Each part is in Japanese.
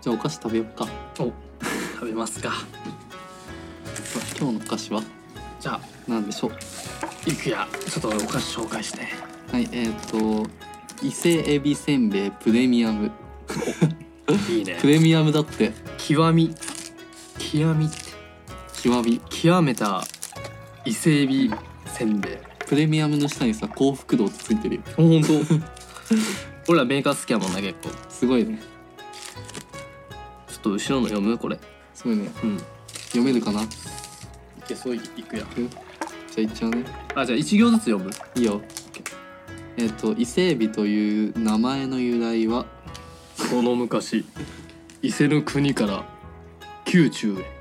じゃあお菓子食べようかお食べますか今日のお菓子はじゃあ何でしょうゆくやちょっとお菓子紹介してはいえっ、と伊勢エビせんべいプレミアムいい ねプレミアムだって極み極みって極み極めた伊勢エビせんべいプレミアムの下にさ幸福度ってついてるよほんと 俺らメーカー好きやもんな結構すごいねちょっと後ろの読むこれすごいねうんい読めるかなじけそういくやゃあいっちゃうねあじゃあ1行ずつ読むいいよえっ、と伊勢エビという名前の由来はこの昔伊勢の国から宮中へ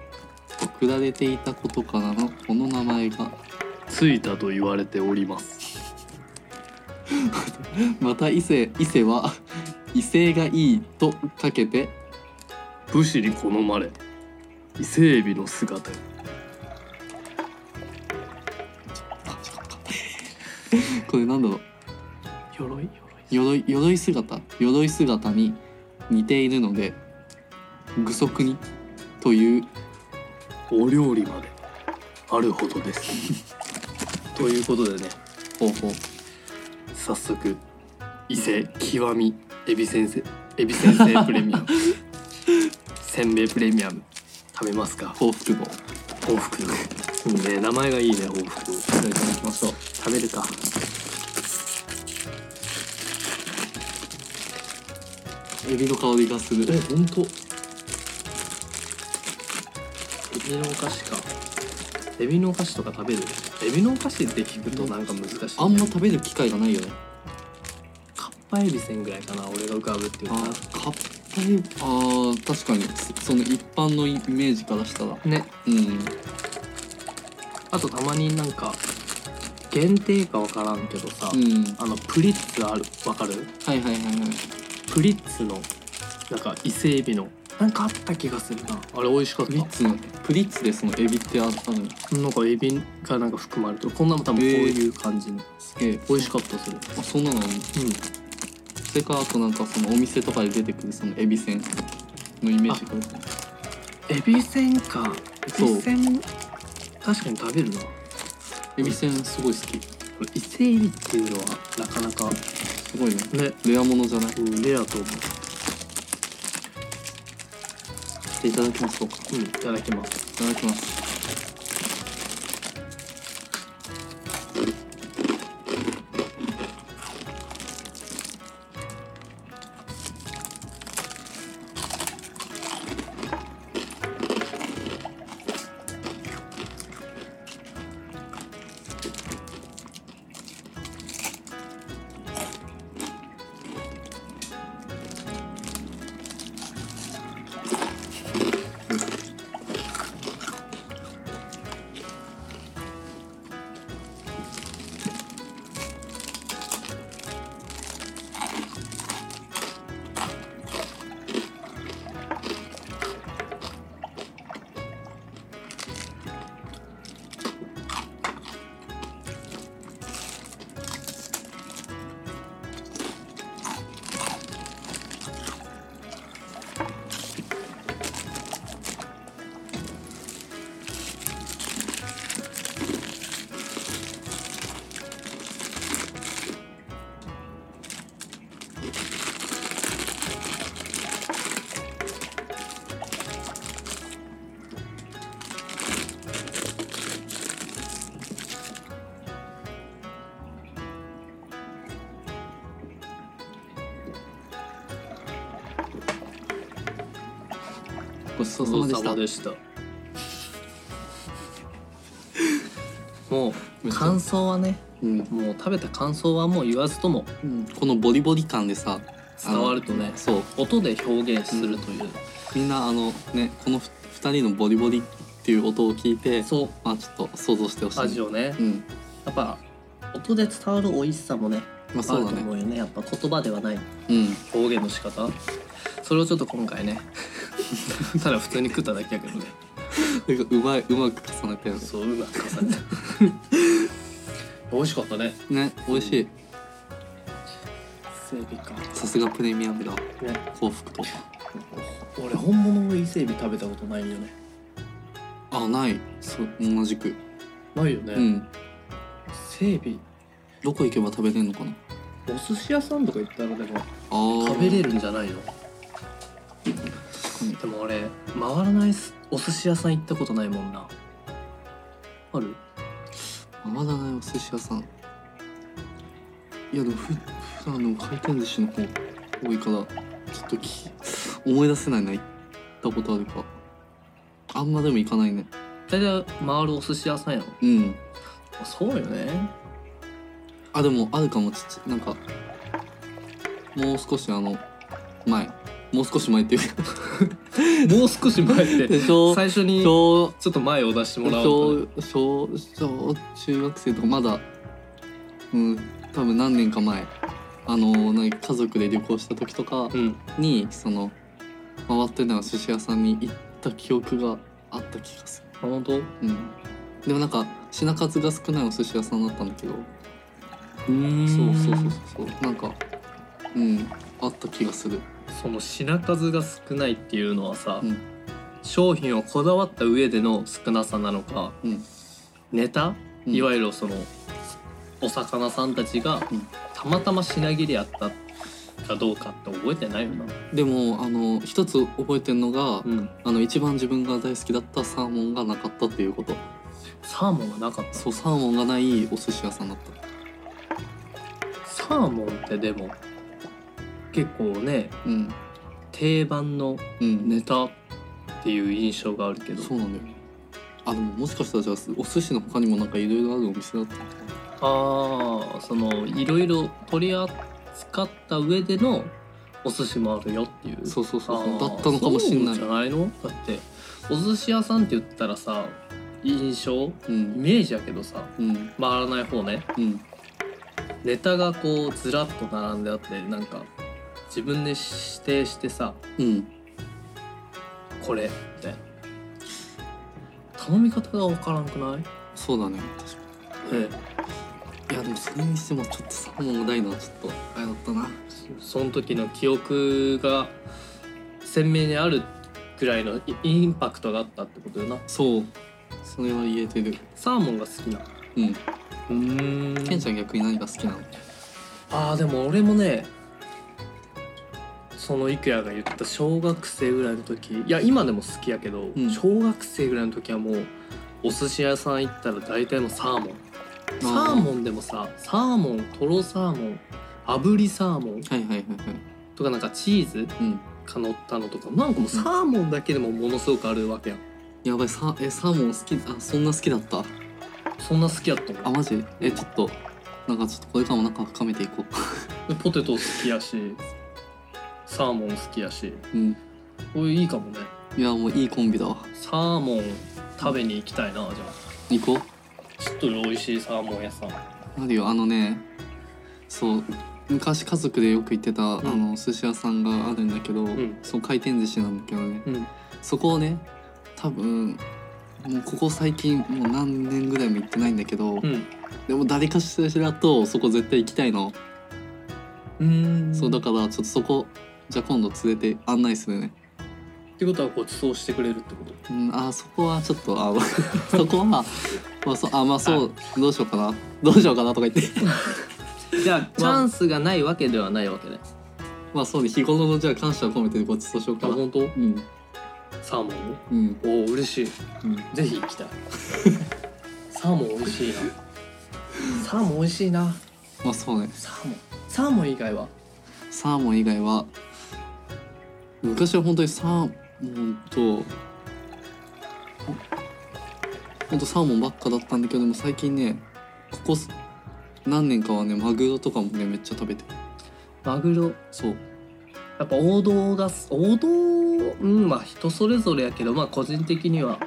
送られていたことからのこの名前が 着いたと言われておりますまた伊勢伊勢は 威勢がいいとかけて武士に好まれ伊勢エビの姿にこれなんだろう鎧鎧鎧鎧姿鎧姿に似ているので具足にというお料理まであるほどです ということでね方法早速伊勢極みエビ先生エビ先生プレミア ムせんべいプレミアム食べますか幸福度い幸福堂いいね名前がいいね幸福堂ただきましょう食べるかエビの香りがする本当。エビのお菓子かエビのお菓子とか食べるエビのお菓子って聞くとなんか難しいね、あんま食べる機会がないよねかっぱえびせんぐらいかな俺が浮かぶっていうあかーカッパエビあー確かにそその一般のイメージからしたらねうんあとたまになんか限定かわからんけどさ、うんあのプリッツあるわかるはいはいはいはいプリッツのなんか伊勢エビのなんかあった気がするなあれ美味しかっプリッツのプリッツでそのエビってあったのにたなんかエビがなんか含まれてるこんなの多分こういう感じの、すげえ美味しかったそれあそんなのあるのうんそれかあとなんかそのお店とかで出てくるそのエビせんのイメージがエビせんかエそうビせん確かに食べるなこエビせんすごい好きれ伊勢エビっていうのはなかなかすごいねねレアものじゃないうんレアと思いただきましょうかううんいただきますいただきますごちそうさまでしたでしたもう感想はねうんもう食べた感想はもう言わずともうん、このボリボリ感でさあの伝わるとねそう音で表現するという、みんなあのねこのふ二人のボリボリっていう音を聞いてそうまあちょっと想像してほしい味をねうんやっぱ音で伝わる美味しさもねまああそるうとだ思ねうよねやっぱ言葉ではないうん表現の仕方それをちょっと今 回ねただ普通に食っただけやけどねなんかうまいうまく重ねたよねそううまく重ねた美味しかったねね美味しい整備かさすがプレミアムだね幸福と俺本物の伊勢エビ食べたことないよねあないそう同じくないよね、うん伊勢エビどこ行けば食べれるのかなお寿司屋さんとか行ったらでもあー食べれるんじゃないの確かにでも俺回らないすお寿司屋さん行ったことないもんなあるまだないお寿司屋さんいやでもふ普段の回転寿司の方多いからちょっとき思い出せないな行ったことあるかあんまでも行かないね大体回るお寿司屋さんやろうんそうよねあでもあるかもちっちゃなんかもう少しあの前もう少し前っていうか もう少し前って小最初にちょ小っと前を出してもらおうとね小小小中学生とかまだうん多分何年か前あのなんか家族で旅行した時とかうんにその回ってたの寿司屋さんに行った記憶があった気がすあ本当る、うん、でもなんか品数が少ないお寿司屋さんだったんだけどうんそそううそそううそそううそうそうなんかうんあった気がするその品数が少ないっていうのはさ、うん商品をこだわった上での少なさなのか、うんネタ、うんいわゆるそのお魚さんたちがうんたまたま品切れやったかどうかって覚えてないよな、でもあの一つ覚えてるのが、うん、あの一番自分が大好きだったサーモンがなかったっていうことサーモンがなかったそうサーモンがないお寿司屋さんだったサーモンってでも結構ねうん定番のうんネタっていう印象があるけどそうなんだよあでももしかしたらじゃあお寿司の他にもなんかいろいろあるお店だったのかなああそのいろいろ取り扱った上でのお寿司もあるよっていうそうそうそうそうあーだったのかもしんないそうじゃないのだってお寿司屋さんって言ったらさ印象イうんメージやけどさうん回らない方ねうんネタがこうずらっと並んであってなんか自分で指定してさうんこれみたいな頼み方が分からんくない、そうだね確かにいやでもそれにしてもちょっとサーモンがないのはちょっとあれだったなその時の記憶が鮮明にあるぐらいのイインパクトがあったってことよなそうそれは言えてるサーモンが好きなうんうんケンちゃん逆に何が好きなのあーでも俺もねその郁也が言った小学生ぐらいの時いや今でも好きやけど、ん小学生ぐらいの時はもうお寿司屋さん行ったら大体もうサーモンサーモンでもさサーモンとろサーモン炙りサーはいモンはいはいはいとかなんかチーズうんか乗ったのとかなんかもうサーモンだけでもものすごくあるわけやんやばいサえサーモン好きあそんな好きだったそんな好きやったあもんマジえちょっとなんかちょっとこれからもなんか深めていこうでポテト好きやしサーモン好きやしうんこれいいかもねいやもういいコンビだわサーモン食べに行きたいなじゃあ行こちょっと美味しいサーモン屋さん。うなるよあのねそう昔家族でよく行ってた、んあの寿司屋さんがあるんだけど、んそう回転寿司なんだけどねうん。そこをね多分もうここ最近もう何年ぐらいも行ってないんだけど、うん。でも誰かしらとそこ絶対行きたいの、うんそうだからちょっとそこじゃあ今度連れて案内するね、ってことはごちそうしてくれるってこと。うん、あーそこはちょっとあーそこはまあ、 まあ、そうあまあそうどうしようかなどうしようかなとか言ってじゃあチャンスがないわけではないわけね。まあそうね日頃のじゃあ感謝を込めてごちそうしようあかな本当？うんサーモンね。うんおお嬉しい。うんぜひ行きたい。 サーモン美味しいな。サーモン美味しいな。まあそうねサーモン。サーモン以外は。サーモン以外は昔は本当にサーモンと本当サーモンばっかだったんだけどでも最近ねここす何年かはねマグロとかもねめっちゃ食べてるマグロ。そうやっぱ王道だす。王道。うんまあ人それぞれやけどまあ個人的には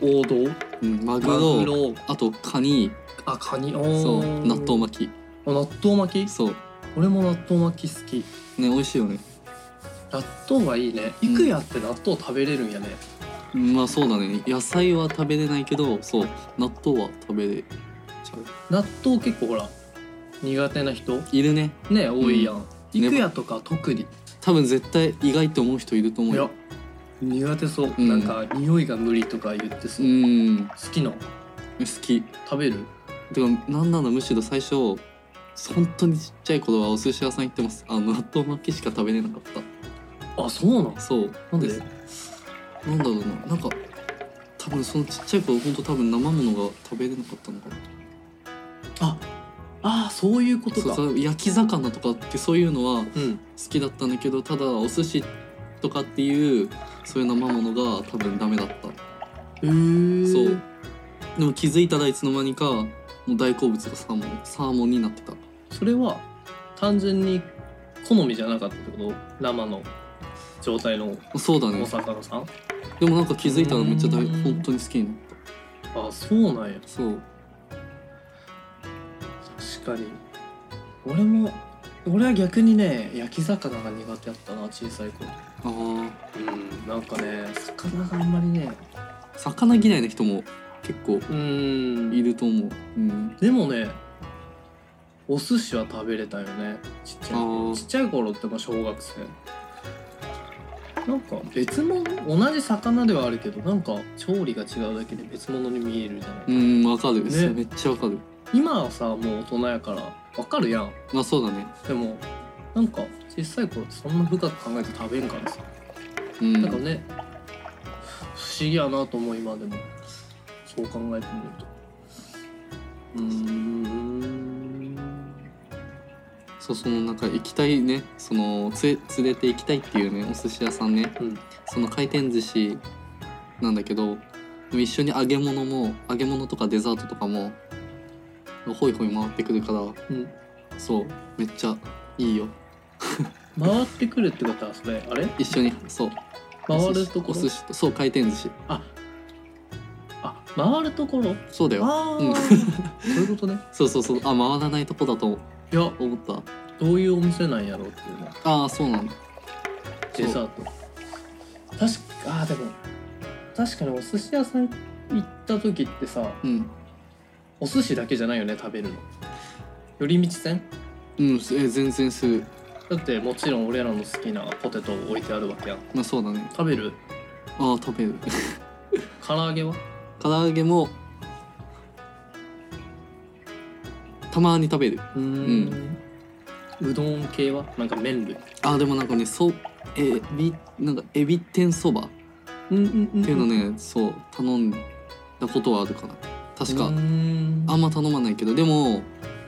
王道。うんマグマログロ。あとカニあカニ。そそう納豆巻あ納豆巻きき。そう俺も納豆巻き好きね美味しいよね納豆はいいねうんいくやって納豆食べれるんやね、うんまあそうだね野菜は食べれないけどそう納豆は食べれちゃう納豆結構ほら苦手な人いるねね多いやん、ねいくやとか特に多分絶対意外って思う人いると思いうやよ苦手そう、うんなんか匂いが無理とか言ってうそう、ん好好きなのき食べるてかなんならむしろ最初本当にちっちゃい頃はお寿司屋さん行ってますあの納豆巻きしか食べれなかったあそうなんそうなんででなんだろうななんか多分そのちっちゃい頃本当多分生ものが食べれなかったのかなああそういうことそうかそう焼き魚とかってそういうのは好うんきだったんだけどただお寿司とかっていうそういう生ものが多分ダメだったへえそうでも気づいたらいつの間にかもう大好物がサーモンサーモンになってたそれは単純に好みじゃなかったってこと生の状態のそうだおね魚さん、でもなんか気づいたらめっちゃ大うん本当に好きになっあそうなんやたそう確かに俺も俺は逆にね焼き魚が苦手だったな小さい頃あーうんなんかね魚があんまりね魚嫌いな人も結構うんいると思ううんでもねお寿司は食べれたよねちっちゃいあ頃ーちっちゃい頃ってもう小学生なんか別物同じ魚ではあるけどなんか調理が違うだけで別物に見えるじゃなうい、んわかる、ねそうめっちゃわかる今はさもう大人やからわかるやんまあそうだねでもなんか小さい頃ってそんな深く考えて食べんからさうんなんかね不思議やなと思う今でもそう考えてみるとうーんそうそのなんか行きたいねそのつれ連れて行きたいっていうねお寿司屋さんね、うんその回転寿司なんだけどでも一緒に揚げ物も揚げ物とかデザートとかもホイホイ回ってくるから、んそうめっちゃいいよ回ってくるってことはそれあれ一緒にそう回るとこおろ寿司とそう回転寿司あ回るところそうだよああ、うんそういうことねそうそうそうあ回らないとこだといや思ったどういうお店なんやろうっていうのああそうなんだデザート確かあーでも確かにお寿司屋さん行った時ってさうんお寿司だけじゃないよね食べるの寄り道線うんえ全然するだってもちろん俺らの好きなポテト置いてあるわけやんまあそうだね食べるああ食べる唐揚げは唐揚げもたまに食べるうーんうどん系はなんか麺類あーでもなんかねそうエビなんかエビ天そばっうんうんうんっていうのね、そう頼んだことはあるかな確か、んあんま頼まないけどでも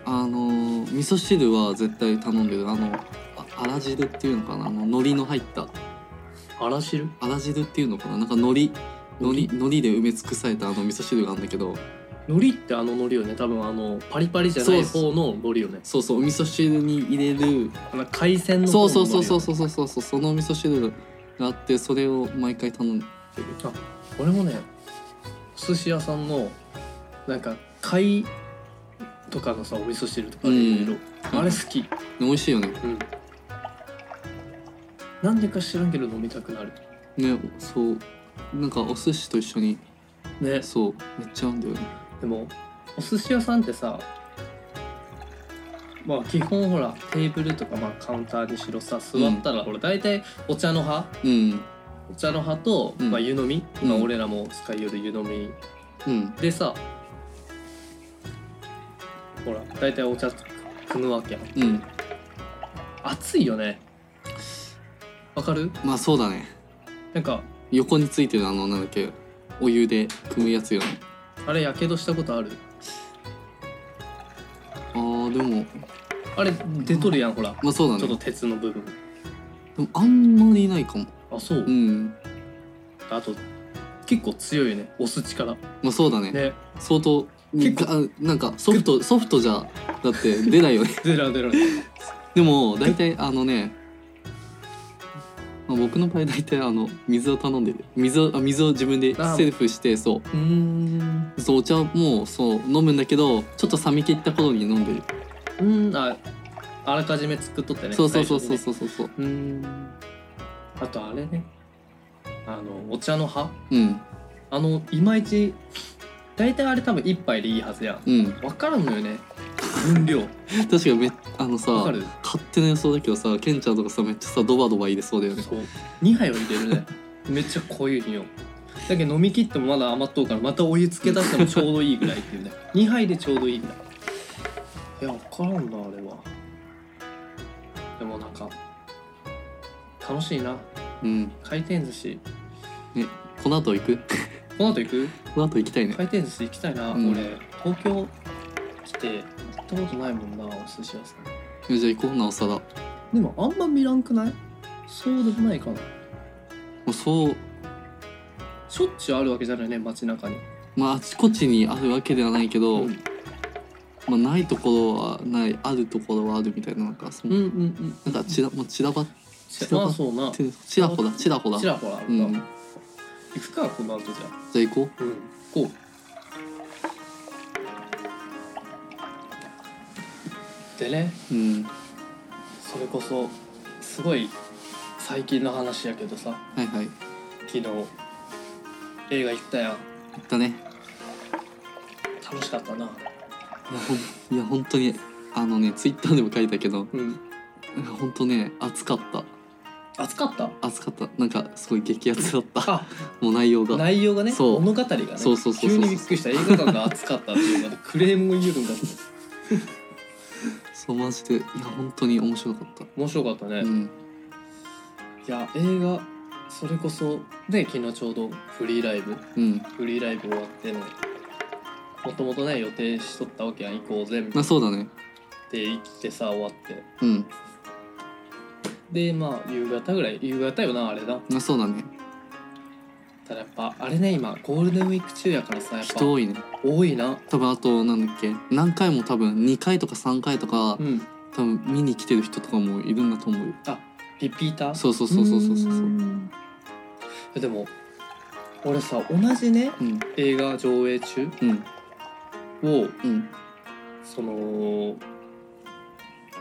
あのー味噌汁は絶対頼んでるあのああら汁っていうのかなあの海苔の入ったあら汁あら汁っていうのかななんか海苔海苔海苔で埋め尽くされたあの味噌汁があるんだけど海苔ってあの海苔よね多分あのパリパリじゃない方の海苔よねそうそうお味噌汁に入れるあの海鮮の方そのう海苔そうよねそうそうそうそうそうその味噌汁があってそれを毎回頼んでる俺もねお寿司屋さんのなんか貝とかのさお味噌汁とかうでんいろいろあれ好き、で美味しいよねうんなんでか知らんけど飲みたくなるねそうなんかお寿司と一緒にねそうめっちゃ合うんだよねでもお寿司屋さんってさまあ基本ほらテーブルとかまあカウンターにしろさ座ったら、俺大体お茶の葉うんお茶の葉と、うんまあ、湯飲み、今うん俺らも使いよる湯飲みうんでさほら大体お茶汲むわけやんうん暑いよねわかるまあそうだねなんか横についてるあのなんだっけお湯で汲むやつよねあれやけどしたことあるあーでもあれ出とるやんほらまあそうだちょねっと鉄の部分でもあんまりいないかもあそう、うんあと結構強いよね押す力まあそうだねね相当結構あなんかソフトソフトじゃだって出ないよね出る出るでも大体あのね、まあ、僕の場合大体あの水を頼んでる水をあ水を自分でセルフしてそうーんうそうお茶もそう飲むんだけどちょっと冷め切った頃に飲んでる、うーんああらかじめ作っとってねそうそうそうそう最初そうそうそうにねうーんあとあれねあのお茶の葉うんあのいまいち大体あれ多分一杯でいいはずやんうん分からんのよね分量確かめあのわかさる勝手な予想だけどさケンちゃんとかさめっちゃさドバドバ入れそうだよねそう2杯は入れるねめっちゃ濃い匂いだけど飲み切ってもまだ余っとうからまたお湯つけ出してもちょうどいいぐらいっていうね2杯でちょうどいいぐらいいや分からんなあれはでもなんか楽しいなうん回転寿司この後行く この後行くこの後行きたいね回転寿司行きたいな、うん俺東京来て行ったことないもんなお寿司屋さんえじゃあ行こうなおさらもでもあんま見らんくないそうでもないかなうそうしょっちゅうあるわけじゃないね街中にまああちこちにあるわけではないけど、うんまあ、ないところはないあるところはあるみたいななんかそうんの、うんなんかちらもう散らばっうんまあそうなてるちらほらちらほらちらほらあうるな、んじゃ行くかこの後じゃあ行こうあうんこうでねうんそれこそすごい最近の話やけどさはいはい行昨日映画行ったやんったね楽しかったないやほんいや本当にあのねツイッターでも書いたけどうん本当ね暑かった暑かった暑かったなんかすごい激アツだったあもう内容が内容がねそう物語がねそうそうそうそう急にびっくりした映画館が暑かったっていうのでクレームを言うんだけどそうマジでいや本当に面白かっ面白かったね、たういんや映画それこそね昨日ちょうどフリーライブうんフリーライブ終わってのもともとね予定しとったわけやん行こうぜみたいまあなそうだねで行ってさ終わってうんでまあ夕方ぐらい夕方よなあれだまあそうだねただやっぱあれね今ゴールデンウィーク中やからさやっぱ人多いね多いな多分あとなんだっけ何回も多分2回とか3回とか、うん多分見に来てる人とかもいるんだと思うよリピーターそうそうそうそうそうそうーんえでも俺さ同じねうん映画上映中うんをうんその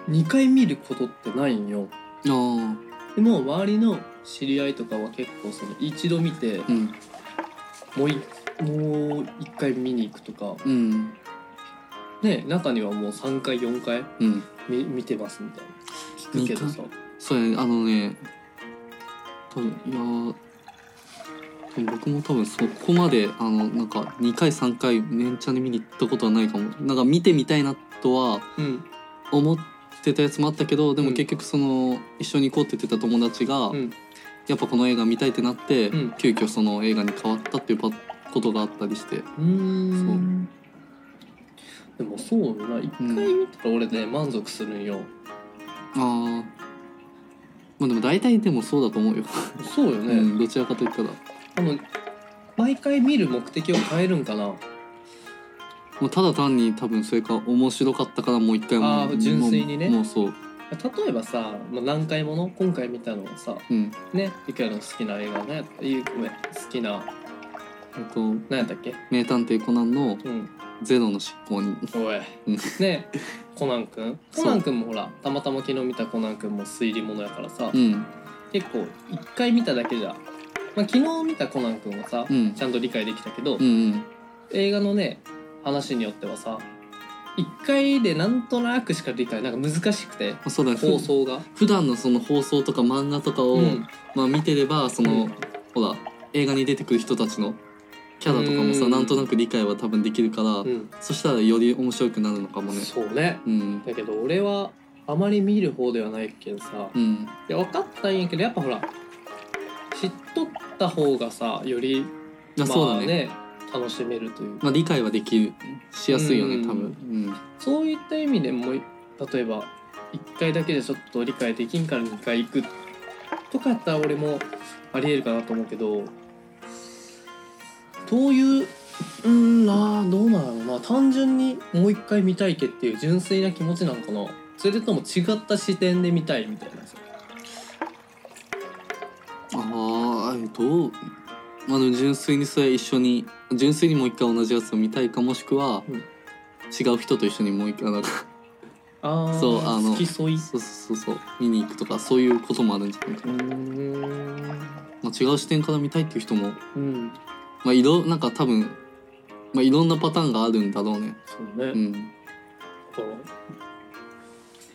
2回見ることってないんよあでも周りの知り合いとかは結構その一度見てあうんもういもう1回見に行くとかうんね中にはもう3回4回うん見見てますみたいな聞くけどさそうやねあのね多分いやーでも僕も多分そこまであのなんか2回3回年ちゃんで見に行ったことはないかもなんか見てみたいなとはうん思ってたやつもあったけどでもうん結局その、一緒に行こうって言ってた友達が、うんやっぱこの映画見たいってなって、うん急遽その映画に変わったっていうパことがあったりしてうーんでもそうよな1回見たら俺ね満足するんよああまあでも大体でもそうだと思うよ、そうようね、ん、どちらかといったらもあの毎回見る目的を変えるんかなうただ単に多分それか面白かったからもう一回もあー純粋にねもうもうそう例えばさ、まあ、何回もの今回見たのはさうんねゆきやの好きな映画ねゆごめん好きなえっと何やったっけ名探偵コナンのうん「ゼロの執行人おいうんねコナンくんそコうナンくんもほらたまたま昨日見たコナンくんも推理ものやからさ」うん結構一回見ただけじゃまあ昨日見たコナンくんはさ、うんちゃんと理解できたけど、うんうん映画のね話によってはさ一回でなんとなくしか理解なんか難しくてまあそうだね構想が。普段のその放送とか漫画とかを、うんまあ、見てればその、うんほら映画に出てくる人たちのキャラとかもさうんなんとなく理解は多分できるから、うんそしたらより面白くなるのかもね。そうねうんだけど俺はあまり見る方ではないけどさ、ういんや分かったんやけどやっぱほら知っとった方がさよりまあ、そうだね,、楽しめるというまあ、理解はできるしやすいようねん多分、そういった意味でもう例えば1回だけでちょっと理解できんから2回行くとかやったら俺もありえるかなと思うけどどういううーんなあどうなんだろうな単純にもう1回見たいけっていう純粋な気持ちなんかなそれとも違った視点で見たいみたいなさうん、ああえどうまあでも純粋にそれ一緒に純粋にもう一回同じやつを見たいかもしくは、うん違う人と一緒にもう一回なんかあーそうあの付き添いうそうそうそうそう見に行くとかそういうこともあるんじゃないかな、ーんまあ、違う視点から見たいっていう人もうんまあ、いろなんか多分、まあ、いろんなパターンがあるんだろうね。そうね、うん、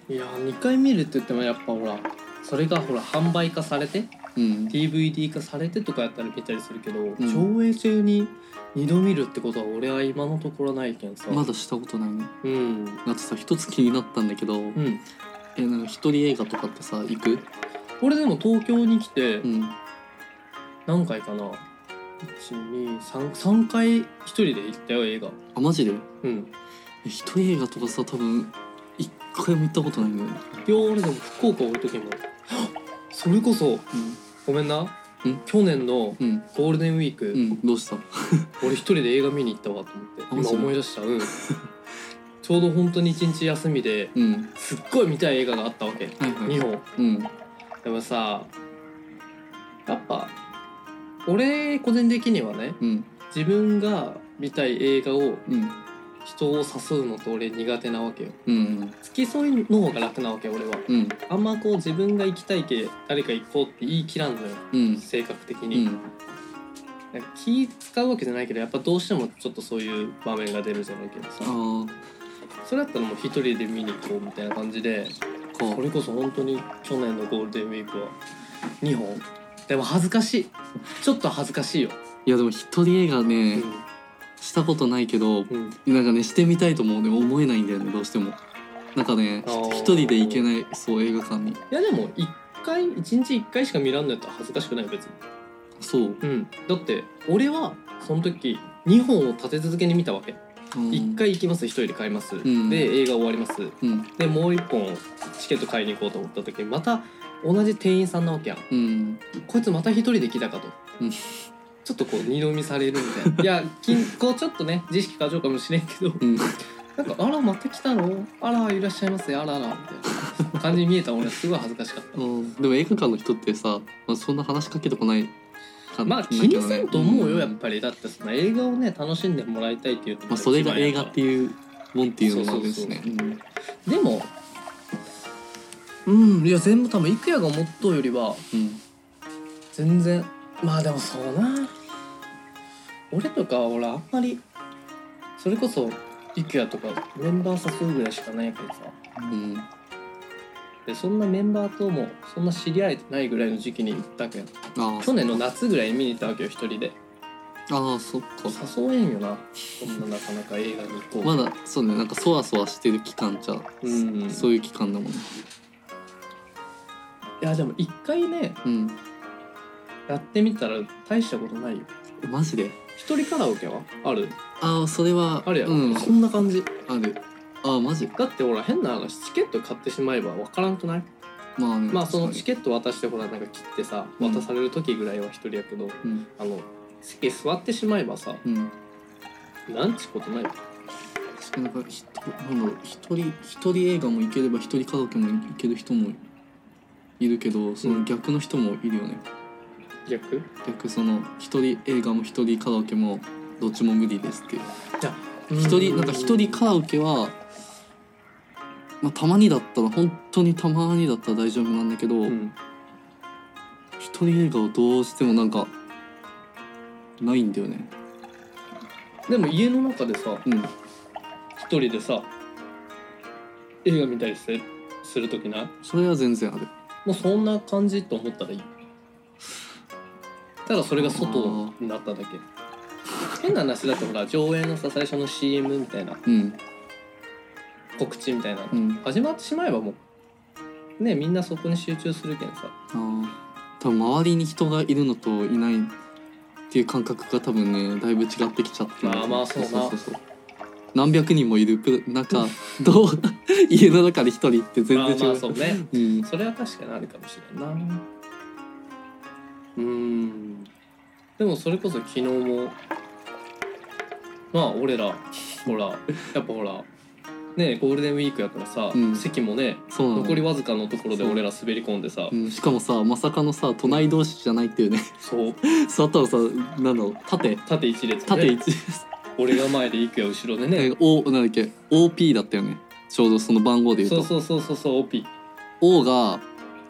いや2回見るって言ってもやっぱほらそれがほら販売化されてうん DVD 化されてとかやったら見たりするけど、ん上映中に2度見るってことは俺は今のところないけんさまだしたことないねうんあとさ一つ気になったんだけど、うんえなんか一人映画とかってさ行く俺でも東京に来てうん何回かな、123 3回一人で行ったよ映画あマジでうんえ一人映画とかさ多分一回も行ったことないんだよね、今日俺でも福岡おる時も それこそごめんな去年のうんうんゴールデンウィーク、うんどうした俺一人で映画見に行ったわとあ思って今そう思い 出したうんちょうど本当に一日休みでうんすっごい見たい映画があったわけはいはい2本うんでもさやっぱ俺個人的にはねうん自分が見たい映画をうん人を誘うのと俺苦手なわけようん付き添いの方が楽なわけ俺はうんあんまこう自分が行きたいけ誰か行こうって言い切らんのようん性格的うに、んなんか気使うわけじゃないけどやっぱどうしてもちょっとそういう場面が出るじゃないけどあさーそれだったらもう一人で見に行こうみたいな感じでかそれこそ本当に去年のゴールデンウィークは2本でも恥ずかしいちょっと恥ずかしいよ、いやでも一人映画うね、んしたことないけどうん、なんかねしてみたいともね思えないんだよねどうしてもなんかねあーひ一人で行けないそう映画館にいやでも1回1日1回しか見らんのやったら恥ずかしくないよ別に、そううん、だって俺はその時2本を立て続けに見たわけうん1回行きます1人で買います、んで映画終わりますうんでもう1本チケット買いに行こうと思った時にまた同じ店員さんなわけやんうんこいつまた一人で来たかと、うんちょっとこう二度見されるみ たいないやきんこうちょっとね自意識過剰かもしれんけどうんなんか「あらまた来たのあらいらっしゃいませあらあら」みたいな感じに見えた俺はすごい恥ずかしかっうんでも映画館の人ってさ、まあ、そんな話しかけてこないかたまあ気にせんと思うよやっぱりだってその映画をね楽しんでもらいたいっていうのまあ、それが映画っていいううもんっていうのもあるんですねうんでもうんいや全部多分幾夜が思っとうよりはうん全然まあでもそうな俺とか俺あんまりそれこそ IKEA とかメンバー誘うぐらいしかないからさうんでそんなメンバーともそんな知り合えてないぐらいの時期に行ったけんあ去ー年の夏ぐらいに見に行ったわけよ一人であーそっか誘えんよなそんななかなか映画に行こう、まだそうねなんかそわそわしてる期間じゃ、うんそういう期間だもんねいやでも一回ねうんやってみたら大したことないよマジで一人カラオケはあるああそれはあるやろ、うんそんな感じあるあーマジだってほら変な話チケット買ってしまえば分からんくないまあねまあそのチ確ケット渡してほらなんか切ってさうん渡される時ぐらいは一人やけど、かにあの席座ってしまえばさうんうんなんちことないよ確かになんかひとなんだろう一人一人映画も行ければ一人カラオケも行ける人もいるけどそうのん逆の人もいるよね、逆逆その一人映画も一人カラオケもどっちも無理ですっていう一人なんか一人カラオケは、まあ、たまにだったら本当にたまにだったら大丈夫なんだけど、うん一人映画をどうしてもなんかないんだよねでも家の中でさうん一人でさ映画見たりするする時ないそれは全然あるもうそんな感じと思ったらいいただそれが外になっただけ変な話だってほら上映のさ最初の CM みたいなうん告知みたいなうん始まってしまえばもうねみんなそこに集中するけんさあー多分周りに人がいるのといないっていう感覚が多分ねだいぶ違ってきちゃってるまあまあそうなう何百人もいるプ中どう 家の中で一人って全まあ然違う,、まあそうねうん、それは確かにあるかもしれないなうーんでもそれこそ昨日もまあ俺らほらやっぱほらねゴールデンウィークやからさ、うん席もねそうなの残りわずかのところで俺ら滑り込んでさうん、しかもさまさかのさ隣同士じゃないっていうね そう座ったらさなんだろう縦縦一列で、縦ね、一、俺が前で行くや後ろ でね O なんだっけ OP だったよねちょうどその番号で言うとそうそうそうそうそう OP O が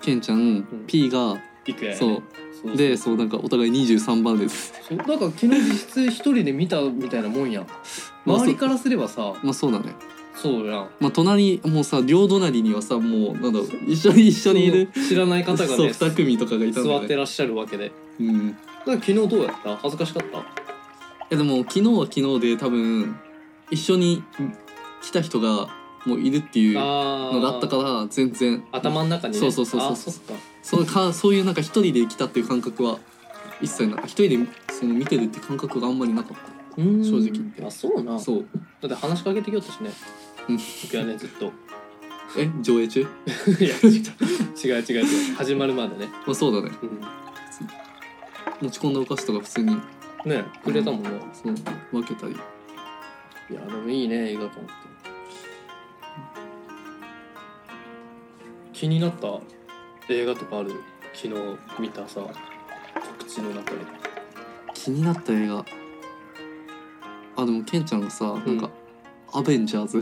ケンちゃん、ん P が行くや、ね、そうそうそうでそうなんかお互い23番ですそうなんか昨日実質一人で見たみたいなもんやんまあ周りからすればさまあそうだねそうやんまあ隣もうさ両隣にはさもうなんだろう一緒に一緒にいる知らない方がそうね2組とかがいたんだ、ね、座ってらっしゃるわけでだかうんいら昨日どうやった恥ずかしかったやでも昨日は昨日で多分一緒に来た人がもういるっていうのあーがあったから全然頭の中にねそうそうそうそうあーそっかそのかそういうなんか一人で来たっていう感覚は一切なんか一人でその見てるって感覚があんまりなかっうーん正直言ってあそうなたそうだって話しかけてきよったしねうん僕はねずっと え上映中いや違う違う違う違う始まるまでね、まあそうだねうん、持ち込んだお菓子とか普通にねくれたもんね、そう分けたりいやでもいいね映画館って気になった映画とかある昨日見たさ告知の中で気になった映画あでもケンちゃんがさなんか、アベンジャーズ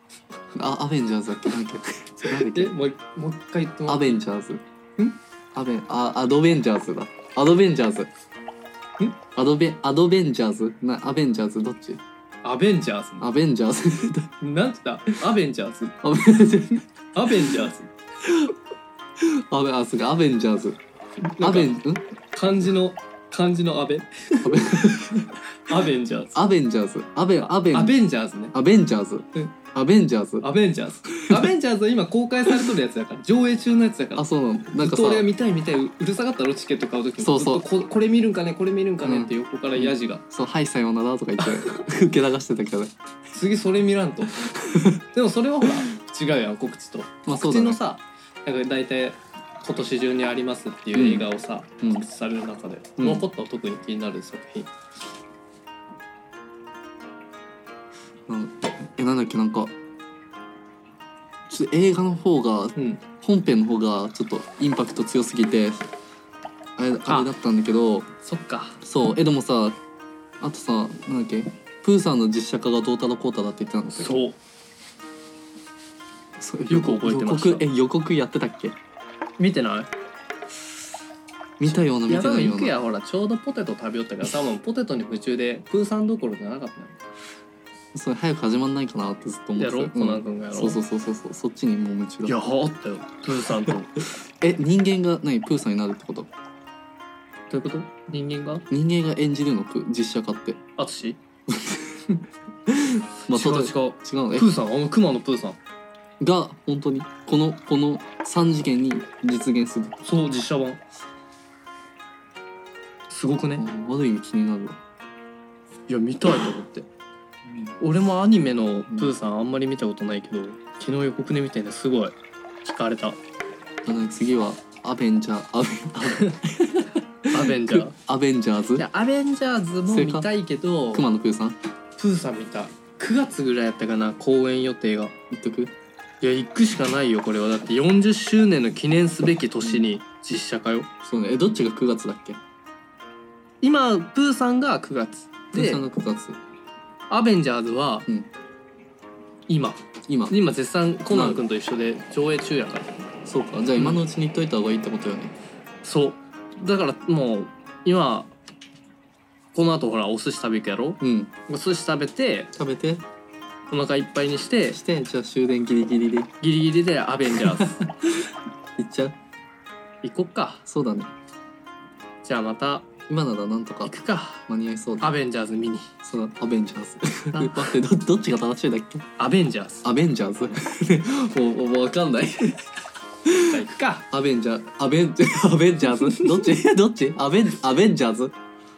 あアベンジャーズだっけなんだっけなんだっ えけもう一もう一回言ってもらアってベンジャーズんアベンあアドベンジャーズだアドベンジャーズんアドベアドベンジャーズなアベンジャーズどっちアベンジャーズアベンジャーズ なんつったアベンジャーズアベンジャーズアベンジャーズアベあそうかアベンジャーズなんかアベンん漢字の漢字のアベベ アベンジャーズアベンジャーズアベンアベンアベンジャーズねアベンジャーズうんアベンジャーズアベンジャーズアベンジャーズは今公開されとるやつだから上映中のやつだからあそうなのなんずかっさと俺が見たい見たいうるさかったろチケット買う時もそうそうずっとここれ見るんかねこれ見るんかねって横からヤジが、そう「はいさようなら」とか言って受け流してたけどね次それ見ら んとでもそれはほら違うやん告知と、まあそ告うだ知ねのさなんか大体今年中にありますっていう映画をさ、うん告知される中で、うん残った特に気になる作品うんえなんだっけなんかちょっと映画の方がうん本編の方がちょっとインパクト強すぎてあれあれだったんだけどそっかそうえでもさあとさなんだっけプーさんの実写化がどうたらこうたらって言ってたんだけどそそううよく覚えてました予告え予告やってたっけ見てない見たようない見やてでもないよ行うくなやほらちょうどポテト食べよったから 多分ポテトに夢中でプーさんどころじゃなかったよそれ早く始まんないかなってずっと思っやてたろコナン君がやろそうそうそうそうそうそっちにもう夢中だやはあったよプー さんとどえ人間が何プーさんになるってことういうこと人間が人間が演じるのプ実写化って淳まあ違う例え違う違うのえプーさんあの熊のプーさんが本当にこのこの3次元に実現する、そう実写版すごくねうんある意味気になるわいや見たいと思って俺もアニメのプーさんあんまり見たことないけど昨日予告で見てねすごい惹かれ たなので次はアベンジャーアベアベンジャーアベンジャーいズやアベンジャーズも見たいけどクマのプーさんプーさん見たい9月ぐらいやったかな公演予定が言っとくいや行くしかないよこれはだって40周年の記念すべき年に実写化よそうねえどっちが9月だっけ今プーさんが9月プーでさんが9月アベンジャーズはうん今今今絶賛コナン君と一緒で上映中やからそうかじゃあ今のうちに言っといた方がいいってことよねそうだからもう今この後ほらお寿司食べ行くやろうんお寿司食べて食べてお腹いっぱいにしてしてじゃあ終電ギリギリでギリギリでアベンジャー ズ行っちゃう行こっかそうだねじゃあまた今ならなんとか行くか間に合いそうだアベンジャーズ見にそうだアベンジャーズな 待ってどどっちが正しいだっけアベンジャーズアベンジャーズも うもうもうわかんないじゃあ行くかアベンジャーアベン アベンジャーズどっち どっちアベンアベンジャーズ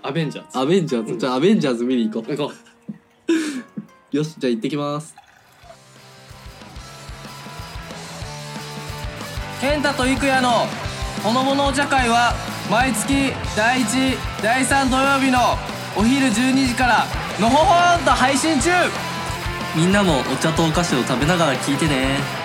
アベンジャーズアベンジャーズじゃあアベンジャーズ見に行こ行こううよしじゃあ行ってきます健太と郁也のほのぼのお茶会は毎月第1第3土曜日のお昼12時からのほほんと配信中みんなもお茶とお菓子を食べながら聞いてね